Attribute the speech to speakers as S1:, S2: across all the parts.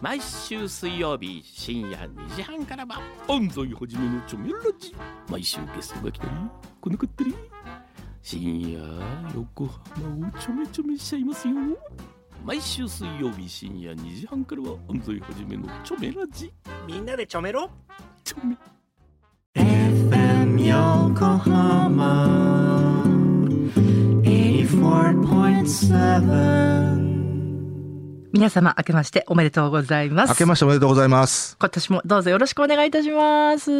S1: 毎週水曜日深夜2時半からは安西はじめのチョメラジ毎週ゲストが来たり来なかったり深夜横浜をちょめちょめしちゃいますよ毎週水曜日深夜2時半からは安西はじめのチョメラジ
S2: みんなでちょめろ
S1: チョメ
S3: FM Yokohama 84.7
S4: 皆様明けましておめでとうございます。
S5: 明けましておめでとうございます。
S4: 今年もどうぞよろしくお願いいたします。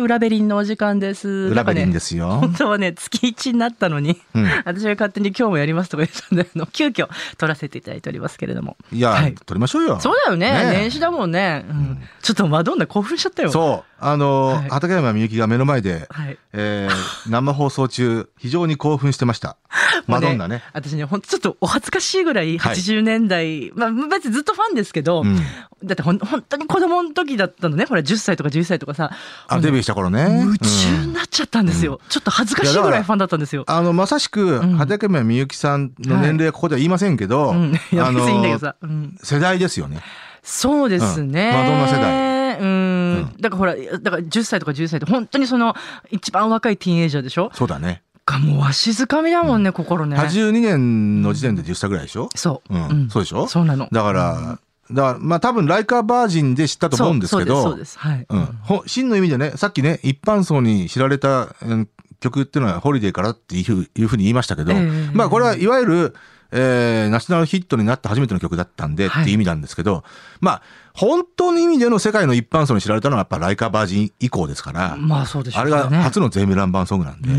S4: 裏ベリンのお時間です。。
S5: 裏ベリンです すよ。
S4: 本当はね、月1になったのに、
S5: うん
S4: 私が勝手に今日もやりますとか言ってたんで、あの、急遽撮らせていただいておりますけれども。
S5: いや、
S4: はい
S5: 撮りましょうよ。
S4: そうだよね。
S5: ねえ
S4: 年始だもんね、うんちょっとマドンナ興奮しちゃったよ。
S5: そうあの、
S4: はい
S5: 畠山みゆきが目の 前で、
S4: はい。
S5: えー生放送中、非常に興奮して ました。マドンナね。
S4: 私ね、ほんとちょっとお恥ずかしいぐらい
S5: はい
S4: 80年代、まあ別にずっとファンですけど、
S5: うん
S4: だってほん本当に子供の時だったのね、ほら10歳とか11歳とかさ、
S5: あデビューした頃ね。
S4: 夢中
S5: う
S4: に
S5: ん
S4: なっちゃったんですよ、ちょっと恥ずかしいぐらいファンだったんですよ。
S5: あのまさしく
S4: ん
S5: 畠山みゆきさんの年齢はここでは言いませんけど、
S4: うん、 いや
S5: あ
S4: 別にいいんだけど
S5: の
S4: さ、うん、
S5: 世代ですよね。
S4: そうですね、
S5: うんマドンナ世代
S4: うん、
S5: うん
S4: だからほらだから10歳とか11歳って本当にその一番若いティーンエイジャーでしょ
S5: そうだね。
S4: がもうわしづかみだもんね、心ね
S5: 82年の時点で10歳ぐらいでしょ。
S4: そう、
S5: うんそうでしょ
S4: そうなの
S5: だから、だからまあ多分ライカバージンで知ったと思うんですけど。
S4: そうそうですそうですはい、
S5: うん、ほ真の意味でねさっきね一般層に知られた、うん曲っていうのは「ホリデー」からっていうふういうふうに言いましたけど、
S4: ええ
S5: まあこれはいわゆる、えーナショナルヒットになった初めての曲だったんでって
S4: はい
S5: いう意味なんですけど、まあ本当の意味での世界の一般層に知られたのはやっぱ「ライカバージン」以降ですから、
S4: まあそうでしょ
S5: あ
S4: う
S5: れ
S4: ね
S5: が初のゼミランバンソングなんで、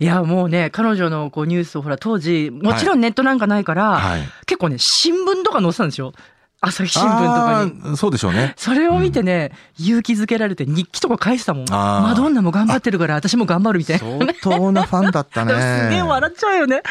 S4: いやもうね彼女のこうニュースをほら当時もちろんネットなんかないから、
S5: はい
S4: 結構ね新聞とか載ってたんですよ朝日新聞とか
S5: あ
S4: に
S5: ーそうでしょ うね。
S4: それを見てね、勇気づけられて日記とか返したもん。
S5: あー
S4: マドンナも頑張ってるから私も頑張るみたいな。
S5: 相当なファンだった ね。
S4: でもすげえ笑っちゃうよね。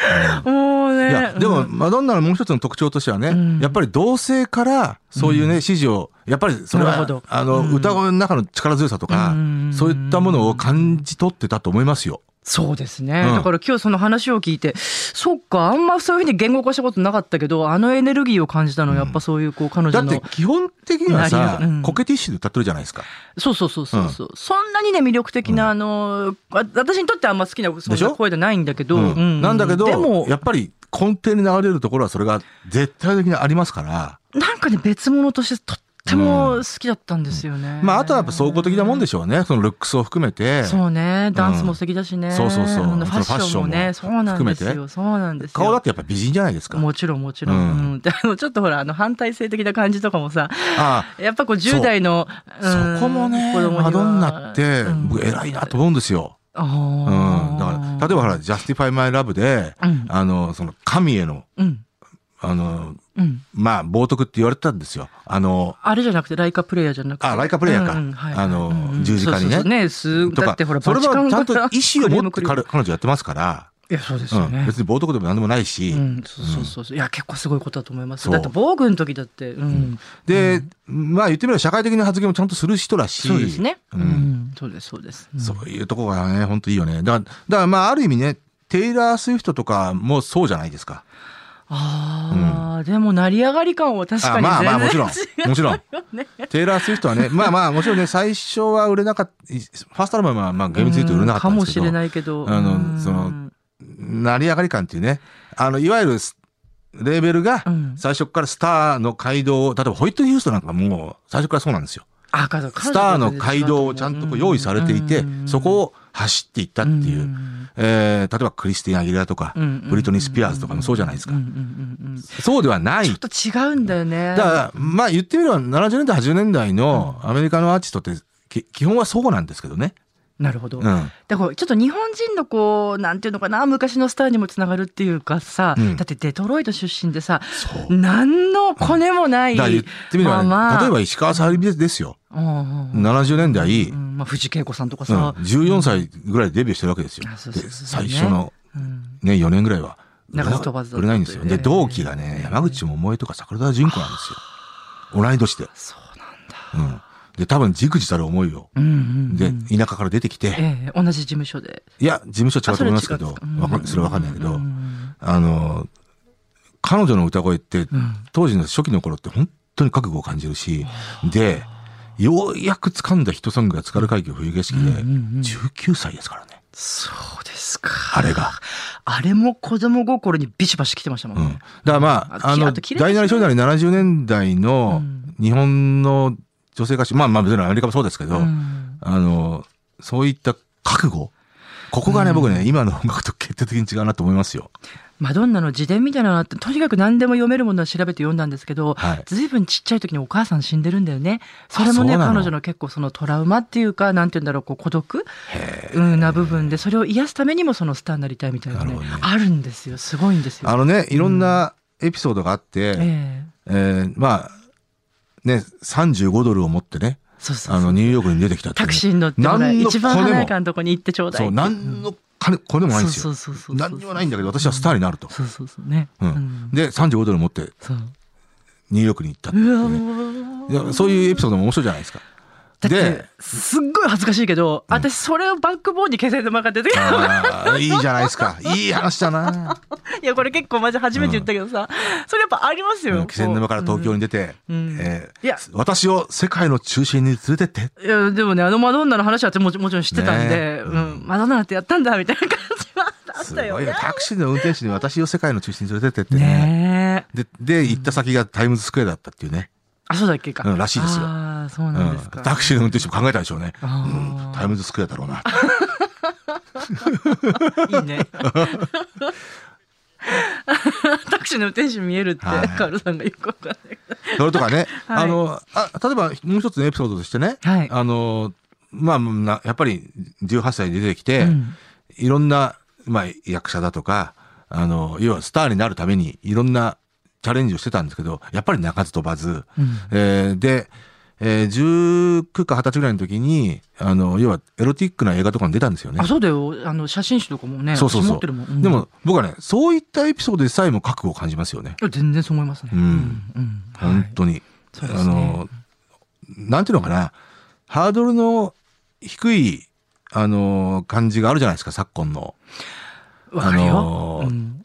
S4: もうね。
S5: いや、でも、マドンナのもう一つの特徴としてはね、
S4: ん
S5: やっぱり同性から、そういうね、支持を、やっぱりそれ
S4: なるほ
S5: は
S4: ど、
S5: あの、
S4: うん
S5: 歌声の中の力強さとか
S4: うん、
S5: そういったものを感じ取ってたと思いますよ。
S4: そうですね、
S5: うん
S4: だから今日その話を聞いて、そっか、あんまそういうふうに言語化したことなかったけど、あのエネルギーを感じたのはやっぱそういうこう彼
S5: だ
S4: 女
S5: っ
S4: の、
S5: て、基本的にはさ
S4: うん、
S5: コケティッシュで歌ってるじゃないですか。
S4: そうそうそうそうそう、そんなにね魅力的な、あのわ私にとってはあんま好きなそん
S5: でし
S4: な
S5: ょ
S4: 声じゃないんだけど、
S5: うん
S4: うん
S5: なんだけど
S4: でも、
S5: やっぱり根底に流れるところはそれが絶対的にありますから、
S4: なんかね別物としてとっても好きだったんですよね。
S5: まあ、あとはやっぱ総合的なもんで
S4: し
S5: しょうね。そのルックスを含めて。
S4: そうね、ダンスも素敵だしね。
S5: うんそうそうそうん
S4: ファッションもね、
S5: そ
S4: そ
S5: のフ
S4: う
S5: ァッションも
S4: なんです
S5: 含め
S4: よ。そうなんですよ。
S5: 顔だってやっぱ美人じゃないですか。
S4: もちろんもちろん。
S5: う
S4: うんんであのちょっとほら、あの反対性的な感じとかもさ、
S5: ああ
S4: やっぱこう10代の、うん
S5: そこもね、
S4: 子供には
S5: マドンナって、
S4: うん
S5: 僕偉いなと思うんですよ。うん。だ
S4: あ
S5: から、例えばほら、ジャスティファイ・マイ・ラブで、
S4: ば、うん、
S5: あの、その、神への、
S4: うん、
S5: あの、
S4: うん。
S5: まあ、冒涜って言われてたんですよ。あの、
S4: あれじゃなくて、ライカプレイヤーじゃなくて。
S5: あライカプレイヤーか
S4: うんはい
S5: あの
S4: うん
S5: 十字架に
S4: そう
S5: ね
S4: そうそうね、す
S5: と
S4: だ
S5: か
S4: ってほら、、
S5: それはちゃんと意思を持って
S4: クリームクリーム
S5: 彼彼女やってますから、
S4: いや、そうです
S5: う
S4: よ
S5: ん
S4: ね。
S5: 別に冒涜でも何でもないし
S4: う、ん、そうそうそうそう。いや、結構すごいことだと思います。
S5: そう
S4: だって、防具の時だって、うん。
S5: で、まあ言ってみれば社会的な発言もちゃんとする人だし、
S4: そうですね。
S5: う
S4: うんん、そうです、そうです。うん
S5: そういうとこがね、本当いいよね。だから、だからまあある意味ね、テイラー・スウィフトとかもそうじゃないですか。
S4: ああ、でも成り上がり感は確か
S5: あ
S4: に
S5: まあまあも
S4: 全
S5: ち
S4: 然
S5: ろん。もちろん。
S4: ね
S5: テイラー・スウィフトはね、まあまあ、もちろんね、最初は売れなかった、ファーストアルバムはまあ厳密に言うと売れなかった
S4: うんん
S5: で
S4: かも
S5: す
S4: し
S5: けど、
S4: れないけど、
S5: あ
S4: う
S5: の
S4: ん
S5: その成り上がり感っていうね、あの、いわゆるスレーベルが
S4: うん
S5: 最初からスターの街道を、例えばホイットニー・ヒューストンなんかもう最初からそうなんですよ。
S4: あ彼女
S5: スターの街道をちゃんとこう用意されていて、そこを走っていったっていう、
S4: ん
S5: えー例えばクリスティン・アギレラとか、
S4: うん
S5: ブリトニー・スピアーズとかもそうじゃないですか。
S4: うんうんうんうんち
S5: そうではない
S4: ょっ。と違うんだよね。
S5: だから、まあ言ってみれば70年代、80年代のアメリカのアーティストって、き基本はそうなんですけどね。
S4: なるほど。
S5: うん。
S4: だからちょっと日本人のこうなんていうのかな昔のスターにもつながるっていうかさ、
S5: うん
S4: だってデトロイト出身でさ
S5: そう。
S4: 何のコネもない、
S5: だから言ってみれば、ね
S4: まあまあ
S5: 例えば石川さゆりですよ。
S4: うんうんうん
S5: 70年代、
S4: う
S5: うん
S4: んまあ、藤恵子さんとかさ、
S5: 14歳ぐらいでデビューしてるわけですよ。
S4: あそう
S5: で
S4: そうそうそう
S5: 最初のね、4年ぐらいは。売れ
S4: 鳴かず飛ばずだった
S5: 売れないんですよ。
S4: え
S5: で、
S4: え
S5: 同期がね、山口百恵とか桜田淳子なんですよ。同い年で。
S4: そう
S5: うん。で、多分、じくじたる思いを。
S4: なん、うんうん
S5: で、田舎から出てきて、
S4: ええ同じ事務所で
S5: いや、事務所違うと思いますけど、
S4: あそれ違うんですかうん
S5: わかんそれわかんないけど
S4: う、ん
S5: あの、彼女の歌声って
S4: うん
S5: 当時の初期の頃って本当に覚悟を感じるし、で、ようやく掴んだヒットソングが津軽海峡冬景色で、
S4: うんうんうん
S5: 19歳ですからね。
S4: そうですか。
S5: あれが。
S4: あれも子供心にビシバシ来てましたも
S5: うんん。だ
S4: ね
S5: か。らまあ、
S4: あ
S5: あの、
S4: あと綺麗ですね
S5: 大なり小なり70年代の
S4: うん
S5: 日本の女性歌手、まあまあ別にアメリカもそうですけど、
S4: うん
S5: あの、そういった覚悟。ここがね、
S4: うん
S5: 僕ね、今の音楽と決定的に違うなと思いますよ。
S4: マドンナの自伝みたいなのあって、とにかく何でも読めるものは調べて読んだんですけど、
S5: はい。
S4: ずいぶんちっちゃい時にお母さん死んでるんだよね。それもね、
S5: そうなの
S4: 彼女の結構そのトラウマっていうか、なんて言うんだろう、こう孤独うんな部分で、それを癒すためにもそのスターになりたいみたいな
S5: な
S4: ね
S5: るほどね
S4: あるんですよ。すごいんですよ。
S5: あのね、いろんなエピソードがあって、
S4: ええ
S5: えーまあ、ね、35ドルを持ってね、
S4: そうそう
S5: あの、ニューヨークに出てきたって
S4: タ
S5: いうね
S4: クシーに乗ってもらい
S5: 何の
S4: 一番
S5: 金も
S4: 華やかなとこに行ってちょうだい
S5: そう、何の金、これでもないんです
S4: そ
S5: よ
S4: う。そうそうそうそう
S5: 何にもないんだけど、私はスターになると。
S4: そうそうそうね。
S5: うん
S4: うん
S5: で、35ドル持って
S4: そう。
S5: ニューヨークに行ったっていう
S4: わ
S5: うね。いやそういうエピソードも面白いじゃないですか。
S4: だって
S5: です
S4: っごい恥ずかしいけど、
S5: ん
S4: 私それをバックボーンに消せてまかってて、
S5: あ ーいいじゃないですか。いい話だな。
S4: いやこれ結構マジ初めて言ったけどさ、それやっぱありますよ。
S5: 気仙沼から東京
S4: に。
S5: に出て、
S4: うん
S5: えー
S4: いや
S5: 私を世界の中心に連れてって。
S4: いやでもねあのマドンナの話はもちもちろん知ってたんで、
S5: ねえ
S4: う
S5: う
S4: ん、
S5: ん
S4: マドンナってやったんだみたいな感じはあっ
S5: す
S4: たよ
S5: ごい
S4: ね
S5: よ。。タクシーの運転手に私を世界の中心に連れてってってね。
S4: ねえ。
S5: で、で、行った先がタイムズスクエアだったっていうね。
S4: あそうだっけか。
S5: うんらしいですよ
S4: ああそう
S5: う
S4: なん
S5: ん
S4: ですか。
S5: タクシーの運転手も考えたでしょうね。うん
S4: あ
S5: タイムズスクエアだろうな。
S4: ーいいね。タクシーの運転手見えるって、
S5: はい
S4: カールさんがよくわかんないけど。
S5: それとかね、
S4: はい
S5: あの、あ、例えばもう一つのエピソードとしてね、
S4: はい
S5: あの、まあ、なやっぱり18歳で出てきて、
S4: うん
S5: いろんな、まあ、役者だとか、あの、要はスターになるためにいろんなチャレンジをしてたんですけど、やっぱり泣かず飛ばず、
S4: うん
S5: えーで、えー19か20歳ぐらいの時に、あの、要はエロティックな映画とかに出たんですよね
S4: あ。そうだよあの写真集とかもね
S5: そうそう
S4: 私
S5: そ
S4: 持
S5: う
S4: ってるもん、。
S5: でも、僕はね、そういったエピソードでさえも覚悟を感じますよね。
S4: うん全然そう思いますね
S5: うん
S4: うんはい
S5: 本当に。
S4: そうで
S5: あ
S4: すね
S5: の、なんていうのかな、ハードルの低い、あの、感じがあるじゃないですか、昨今の
S4: わかるよ、
S5: あのー
S4: うん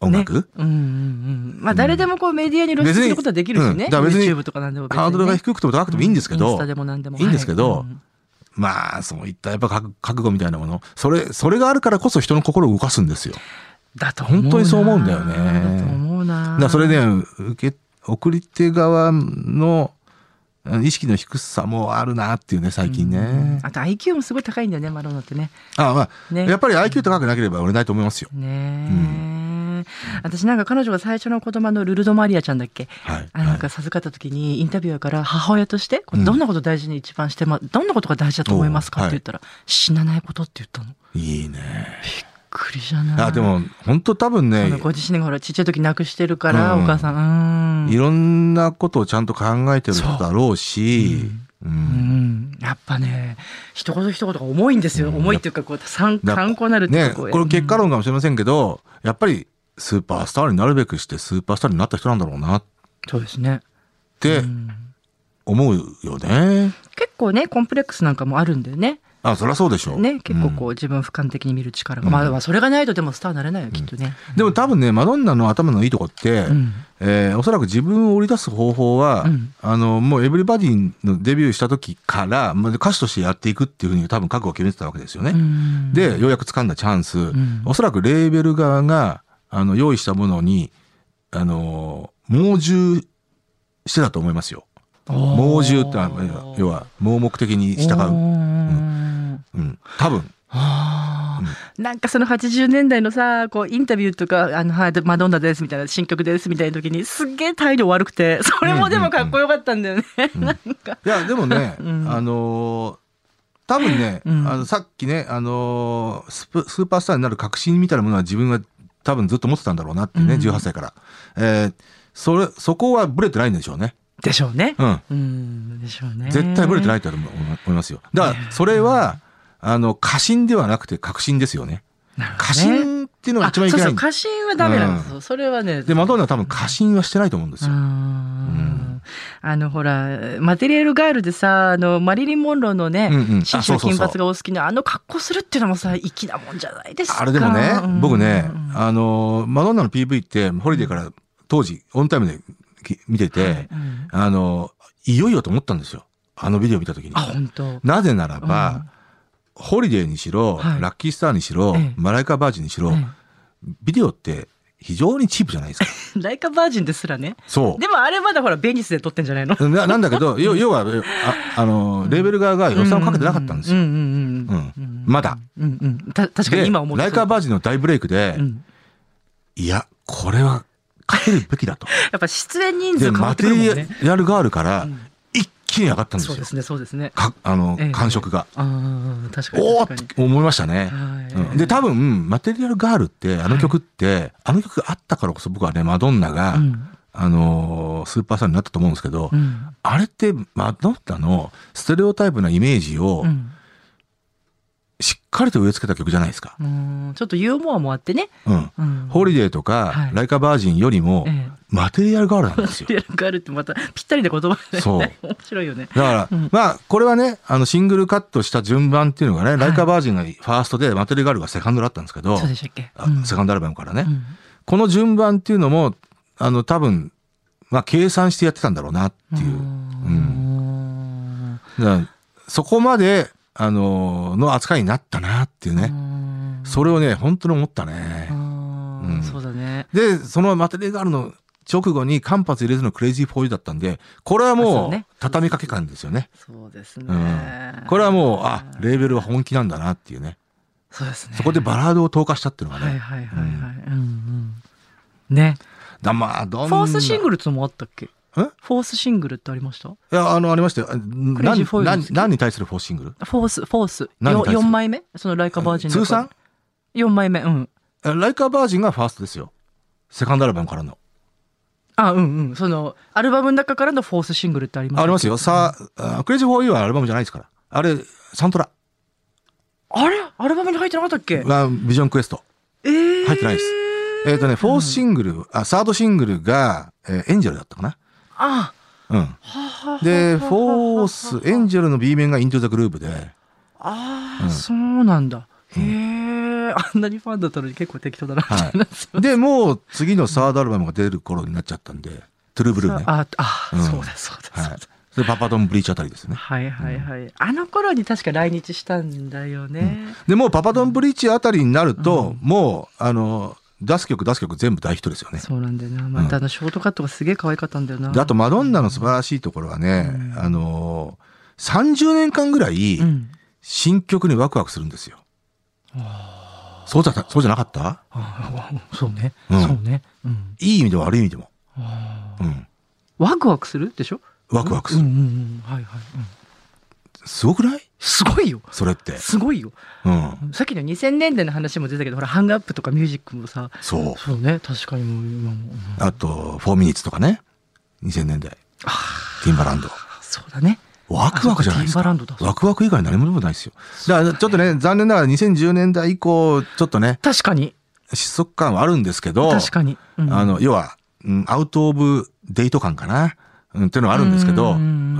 S5: 音楽。
S4: ねうんうんうんまあ誰でもこうメディアに露出することはできるし
S5: 別に
S4: ね、
S5: うんだから別に
S4: YouTube とかなんでも別にね、
S5: ハードルが低くても高くてもいいんですけ
S4: うイ
S5: ど、
S4: ンスタでも何でも
S5: いいんですけど
S4: はいう
S5: まあ、そういったやっぱ覚覚悟みたいなもの、それ、それがあるからこそ人の心を動かすんですよ。
S4: だと思うな
S5: 本当にそう思うんだよね
S4: だと思うな
S5: だからそれで、受け、送り手側のうん意識の低さもあるなっていうね、最近ね。
S4: うんあと IQ もすごい高いんだよねマローナってね
S5: あまあ、
S4: ね
S5: やっぱり IQ 高くなければ売れないと思いますよ。
S4: ねえ、私なんか彼女が最初の言葉のルルドマリアちゃんだっけ
S5: はい。
S4: あなん
S5: は
S4: か
S5: い
S4: 授かった時にインタビュアーから母親としてこれ
S5: うん
S4: どんなこと大事に一番して、ま、どんなことが大事だと思いますか
S5: お
S4: っ
S5: う
S4: て言ったら、死なないことって言ったの。びっ
S5: いいね。
S4: くりじゃない。
S5: あ、でも、本当多分
S4: あ
S5: ね
S4: の、ご自身がほらちっちゃい時亡くしてるから、
S5: うん
S4: お母さん。う
S5: い
S4: ん。
S5: ろんなことをちゃんと考えてるだろうし、
S4: う
S5: う
S4: んん、やっぱね一言一言が重いんですよ、
S5: うん
S4: 重いっていうかこう参
S5: だ
S4: 参考になるっていう
S5: ね、
S4: か
S5: こ
S4: う
S5: れ結果論かもしれませんけど、やっぱりスーパースターになるべくしてスーパースターになった人なんだろうなっ
S4: そうですね、
S5: て
S4: うん
S5: 思うよね。
S4: 結構ねコンプレックスなんかもあるんだよね
S5: あ、そりゃそうでしょう。
S4: ね結構こう、
S5: うん
S4: 自分を俯瞰的に見る力が、
S5: うん
S4: まあまあそれがないとでもスターになれないよきっとね、
S5: でも多分ね、マドンナの頭のいいとこって、
S4: うん
S5: えーおそらく自分を売り出す方法は、
S4: うん
S5: あの、もうエブリバディのデビューした時から、もう歌手としてやっていくっていうふうに多分覚悟を決めてたわけですよね。
S4: うん
S5: で、ようやく掴んだチャンス、
S4: ん
S5: おそらくレーベル側が、あの、用意したものに、あの、盲従してたと思いますよ。猛獣ってのは要は盲目的に従う、
S4: うん
S5: うん、多分
S4: あーなんかその80年代のさこうインタビューとか「あのはいマドンナです」みたいな「新曲です」みたいな時にすっげえ態度悪くてそれもでもかっこよかったんだよね、
S5: ん
S4: なんか。
S5: いやでもね、
S4: うん
S5: あのー多分ね、
S4: うん
S5: あのさっきね、あのースプスーパースターになる確信みたいなものは自分が多分ずっと持ってたんだろうなってね、
S4: うん
S5: 18歳から、えーそれそこはブレてないんでしょうね、
S4: でしょうね。
S5: うん、
S4: うんでしょうね。
S5: 絶対ブレてない
S4: い。
S5: と思いますよだからそれはあの過信ではなくて確信ですよね過信っていうのが
S4: あ
S5: 一
S4: そう
S5: 番いけ
S4: そ
S5: ないう
S4: 過信はダメなんですよ、それはね。
S5: でマドンナは多分過信はしてないと思うんで
S4: う
S5: すよ、
S4: んあのほらマテリエルガールでさあのマリリン・モンローのね、
S5: うんうん
S4: 紳
S5: あ
S4: 士
S5: そう
S4: の
S5: そうそう
S4: 金髪がお好きなあの格好するっていうのもさ粋なもんじゃないですか
S5: あれでもね
S4: うん、
S5: 僕ね
S4: う、ん
S5: あの、マドンナの PV って、ホリデーから当時オンタイムでき見てて、
S4: うん
S5: あのいよいよと思ったんですよあのビデオ見た時に
S4: あ、。本当。
S5: なぜならば、ホリデーにしろ、
S4: はい
S5: ラッキースターにしろ、
S4: ええ
S5: マライカ・バージンにしろ、ビデオって非常にチープじゃないですか。
S4: ライカバージンですらね。
S5: そう。
S4: でもあれまだほら、ベニスで撮ってんじゃないの
S5: ななんだけど、要要は、ああの、レーベル側が予算をかけてなかったんですよ。
S4: うんうんうんうん
S5: う
S4: うんん。
S5: まだ。
S4: うんうん。た確かに今思うと
S5: ライカーバージンの大ブレイクで、
S4: うん
S5: いや、これはかけるべき だと。
S4: やっぱ出演人数
S5: で、
S4: 変わ
S5: マ
S4: ってくるもんね
S5: テ。リアルがあるから、一気に上がったんです
S4: そ
S5: よ。
S4: うですね、そうですね。
S5: かあの、
S4: ええ
S5: 感触が。
S4: ああ、確かに。
S5: おおっ
S4: 確かに
S5: て思いましたね。
S4: はい
S5: うんで、多分、マテリアルガールって、あの曲って、あの曲があったからこそ僕はね、マドンナが、
S4: うん
S5: あのースーパースターになったと思うんですけど、
S4: うん
S5: あれってマドンナのステレオタイプなイメージを
S4: うん
S5: しっかりと植え付けた曲じゃないですか。
S4: うん。ちょっとユーモアもあってね。
S5: うん。
S4: うん
S5: ホリデーとか、
S4: はい
S5: ライカバージンよりも、
S4: ええ
S5: マテリアルガールなん ですよ
S4: って。やるガールってまたぴったりな言葉だよね。 面白いよね。
S5: だから、
S4: うん
S5: まあ、これはね、あの、シングルカットした順番っていうのがね、ライカバージンがファーストで、マテリアルガールがセカンドだったんですけど、
S4: そうでしたっけ。
S5: あセカンドアルバムからね、
S4: うん
S5: この順番っていうのも、あの、多分、まあ、計算してやってたんだろうなっていう。
S4: うん
S5: だからそこまで、あの、の扱いになったなっていうね。それをね、本当に思ったね。
S4: うん
S5: うん
S4: そうだね。
S5: で、そのマテリアルガールの直後に間髪入れずのクレイジーフォーユーだったんで、これは
S4: あそ
S5: も
S4: う
S5: う
S4: ね、
S5: 畳みかけ感ですよね。
S4: そうです
S5: う
S4: ね
S5: ん。。これはもう、あ、レーベルは本気なんだなっていうね。
S4: そうですね。
S5: そこでバラードを投下したっていうのがね。
S4: はいはいはいはい。うんうんね。
S5: だまあ、どん
S4: フォースシング
S5: ル
S4: ルってのもあったっけ
S5: え
S4: フォースシングルってありました
S5: いや、あの、ありましたよ。あ
S4: クレイジー
S5: 何
S4: フォイル
S5: 何
S4: です
S5: 何に対するフォースシングル
S4: フォース、フォース。
S5: 何に対する
S4: 4枚目そのライカバージンの
S5: 通
S4: 中で
S5: 算
S4: ?4 枚目。うん。
S5: ライカーバージンがファーストですよ。セカンドアルバムからの。
S4: あ、うんうん。その、アルバムの中からのフォースシングルってあります
S5: ありますよ。さあ、あクレイジーフォーユーはアルバムじゃないですから。あれ、サントラ。
S4: あれアルバムに入ってなかったっけ
S5: あビジョンクエスト。
S4: えー、
S5: 入ってないです。えっ、とね、フォースシングル、あ、サードシングルが、えーエンジェルだったかな。
S4: あ
S5: うん。
S4: はは
S5: で、フォース、エンジェルの B 面がイントゥザグループで。
S4: ああ、
S5: うん
S4: そうなんだ。へ
S5: うん
S4: え、あんなにファンだったのに結構適当だな、み
S5: はい
S4: たいな。そう
S5: で、もう次のサードアルバムが出る頃になっちゃったんで、トゥルーブルーね。
S4: あ、あ、
S5: うん
S4: そうだ、そうだ、そ
S5: はいう
S4: だ。。
S5: それパパドンブリーチあたりですね。
S4: はいはいはい。あの頃に確か来日したんだよね。
S5: でもうパパドンブリーチあたりになると、もうあの出す曲出す曲全部大ヒットですよね。
S4: そうなんだよな。またあのショートカットがすげえ可愛かったんだよな。
S5: であとマドンナの素晴らしいところはね、あの30年間ぐらい
S4: うん。
S5: 新曲にワクワクするんですよ。そうじゃそうじゃなかった
S4: ああそうね。
S5: うん
S4: そうね。うん。
S5: いい意味でも悪い意味でも。うん、
S4: ワクワクするでしょ
S5: ワクワクす
S4: うん
S5: る。
S4: うんうん。はいはい。うん
S5: すごくない
S4: すごいよ。
S5: それって。
S4: すごいよ。
S5: うん、
S4: さっきの2000年代の話も出たけど、ほら、ハングアップとかミュージックもさ、
S5: そう。
S4: そうね、確かにもう今も。うん
S5: あと、4ミニッツとかね。2000年代。ティンバランド。
S4: そうだね。
S5: ワクワクじゃないです
S4: あそうかティンバラ
S5: か
S4: ンドだ。
S5: ワクワク以外何もでもないですよ。だからちょっとね、残念ながら2010年代以降、ちょっとね、
S4: 確かに。
S5: 失速感はあるんですけど、
S4: 確かに。うん
S5: あの、要は、うんアウトオブデート感かな、うん、っていうのはあるんですけど、
S4: う
S5: うん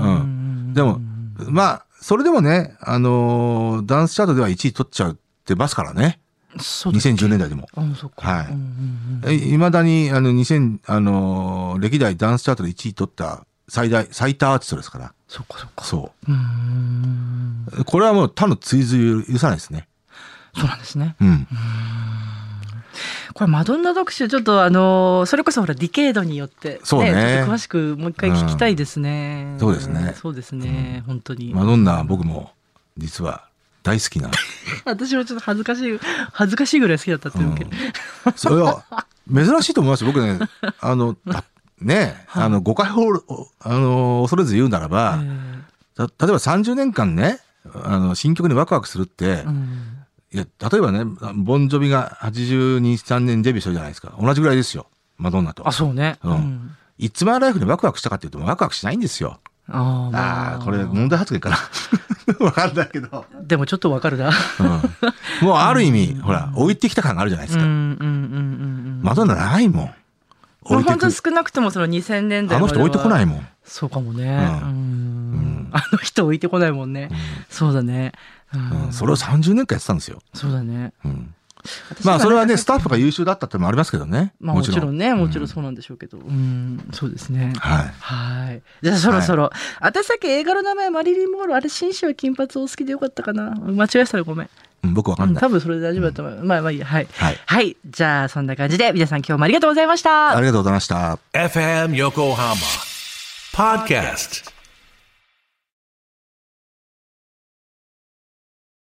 S5: ん。でも、まあ、それでもね、あのーダンスチャートでは1位取っちゃってますからね。
S4: そうだ
S5: 2010年代でも。
S4: あ、そっか。
S5: はい
S4: うんうんうん
S5: いまだに、あの、2000、あのー歴代ダンスチャートで1位取った最大、最多アーティストですから。
S4: そっかそっか。
S5: そう
S4: ーん。
S5: う。これはもう他の追随許さないですね。
S4: そうなんですね。
S5: うん。
S4: これマドンナ特集、ちょっとあのー、それこそほら、ディケードによって、
S5: そうね
S4: ちょっと詳しくもう一回聞きたいですね。
S5: んそうですね
S4: そうですね。本当に。
S5: マドンナは僕も実は大好き な。
S4: 私もちょっと恥ずかしい、恥ずかしいぐらい好きだったっていうけど。
S5: それは珍しいと思いますよ僕ね、あの、だね、あの、誤解を、おあの、恐れず言うならば、た例えば30年間ね、あの、新曲にワクワクするって、
S4: うん
S5: いや、例えばね、ボンジョビが82、3年デビューしたじゃないですか。同じぐらいですよ。マドンナと
S4: あ、。そうね。
S5: うん
S4: うん
S5: いつまライフにワクワクしたかっていうと、ワクワクしないんですよ。
S4: あーま
S5: ああー、これ問題発言かな。わかんないけど。
S4: でもちょっとわかるな。
S5: うんもうある意味、ほら、置いてきた感があるじゃないです
S4: うん
S5: か。
S4: うんうん
S5: マドンナないもん。
S4: うんう
S5: 置
S4: ん。
S5: いて
S4: 本当
S5: く
S4: に。少なくともその2000年代。
S5: あの人置いてこないいもん。
S4: そうかもね。うん
S5: うん
S4: んあの人置いてこないもんね。そうだね。う
S5: うんん、それを30年間やってたんですよ。
S4: そうだね。
S5: うん
S4: 私
S5: まあそれはね、
S4: なんか
S5: スタッフが優秀だったってのもありますけどね。
S4: まあもちろんね、もちろん
S5: う
S4: そうなんでしょうけど。うん、そうですね。
S5: はい。
S4: はい。じゃあそろそろ。私さっき映画の名前マリリン・モーロー、あれ、紳士は金髪お好きでよかったかな。間違えたらごめん。
S5: うん僕わか
S4: うんん、
S5: ない。
S4: 多分それで大丈夫だと思う。まあまあいいや。はい。
S5: はい。
S4: はい。じゃあそんな感じで、皆さん今日もありがとうございました
S5: あ。りがとうございました。
S2: FM Yokohama Podcast.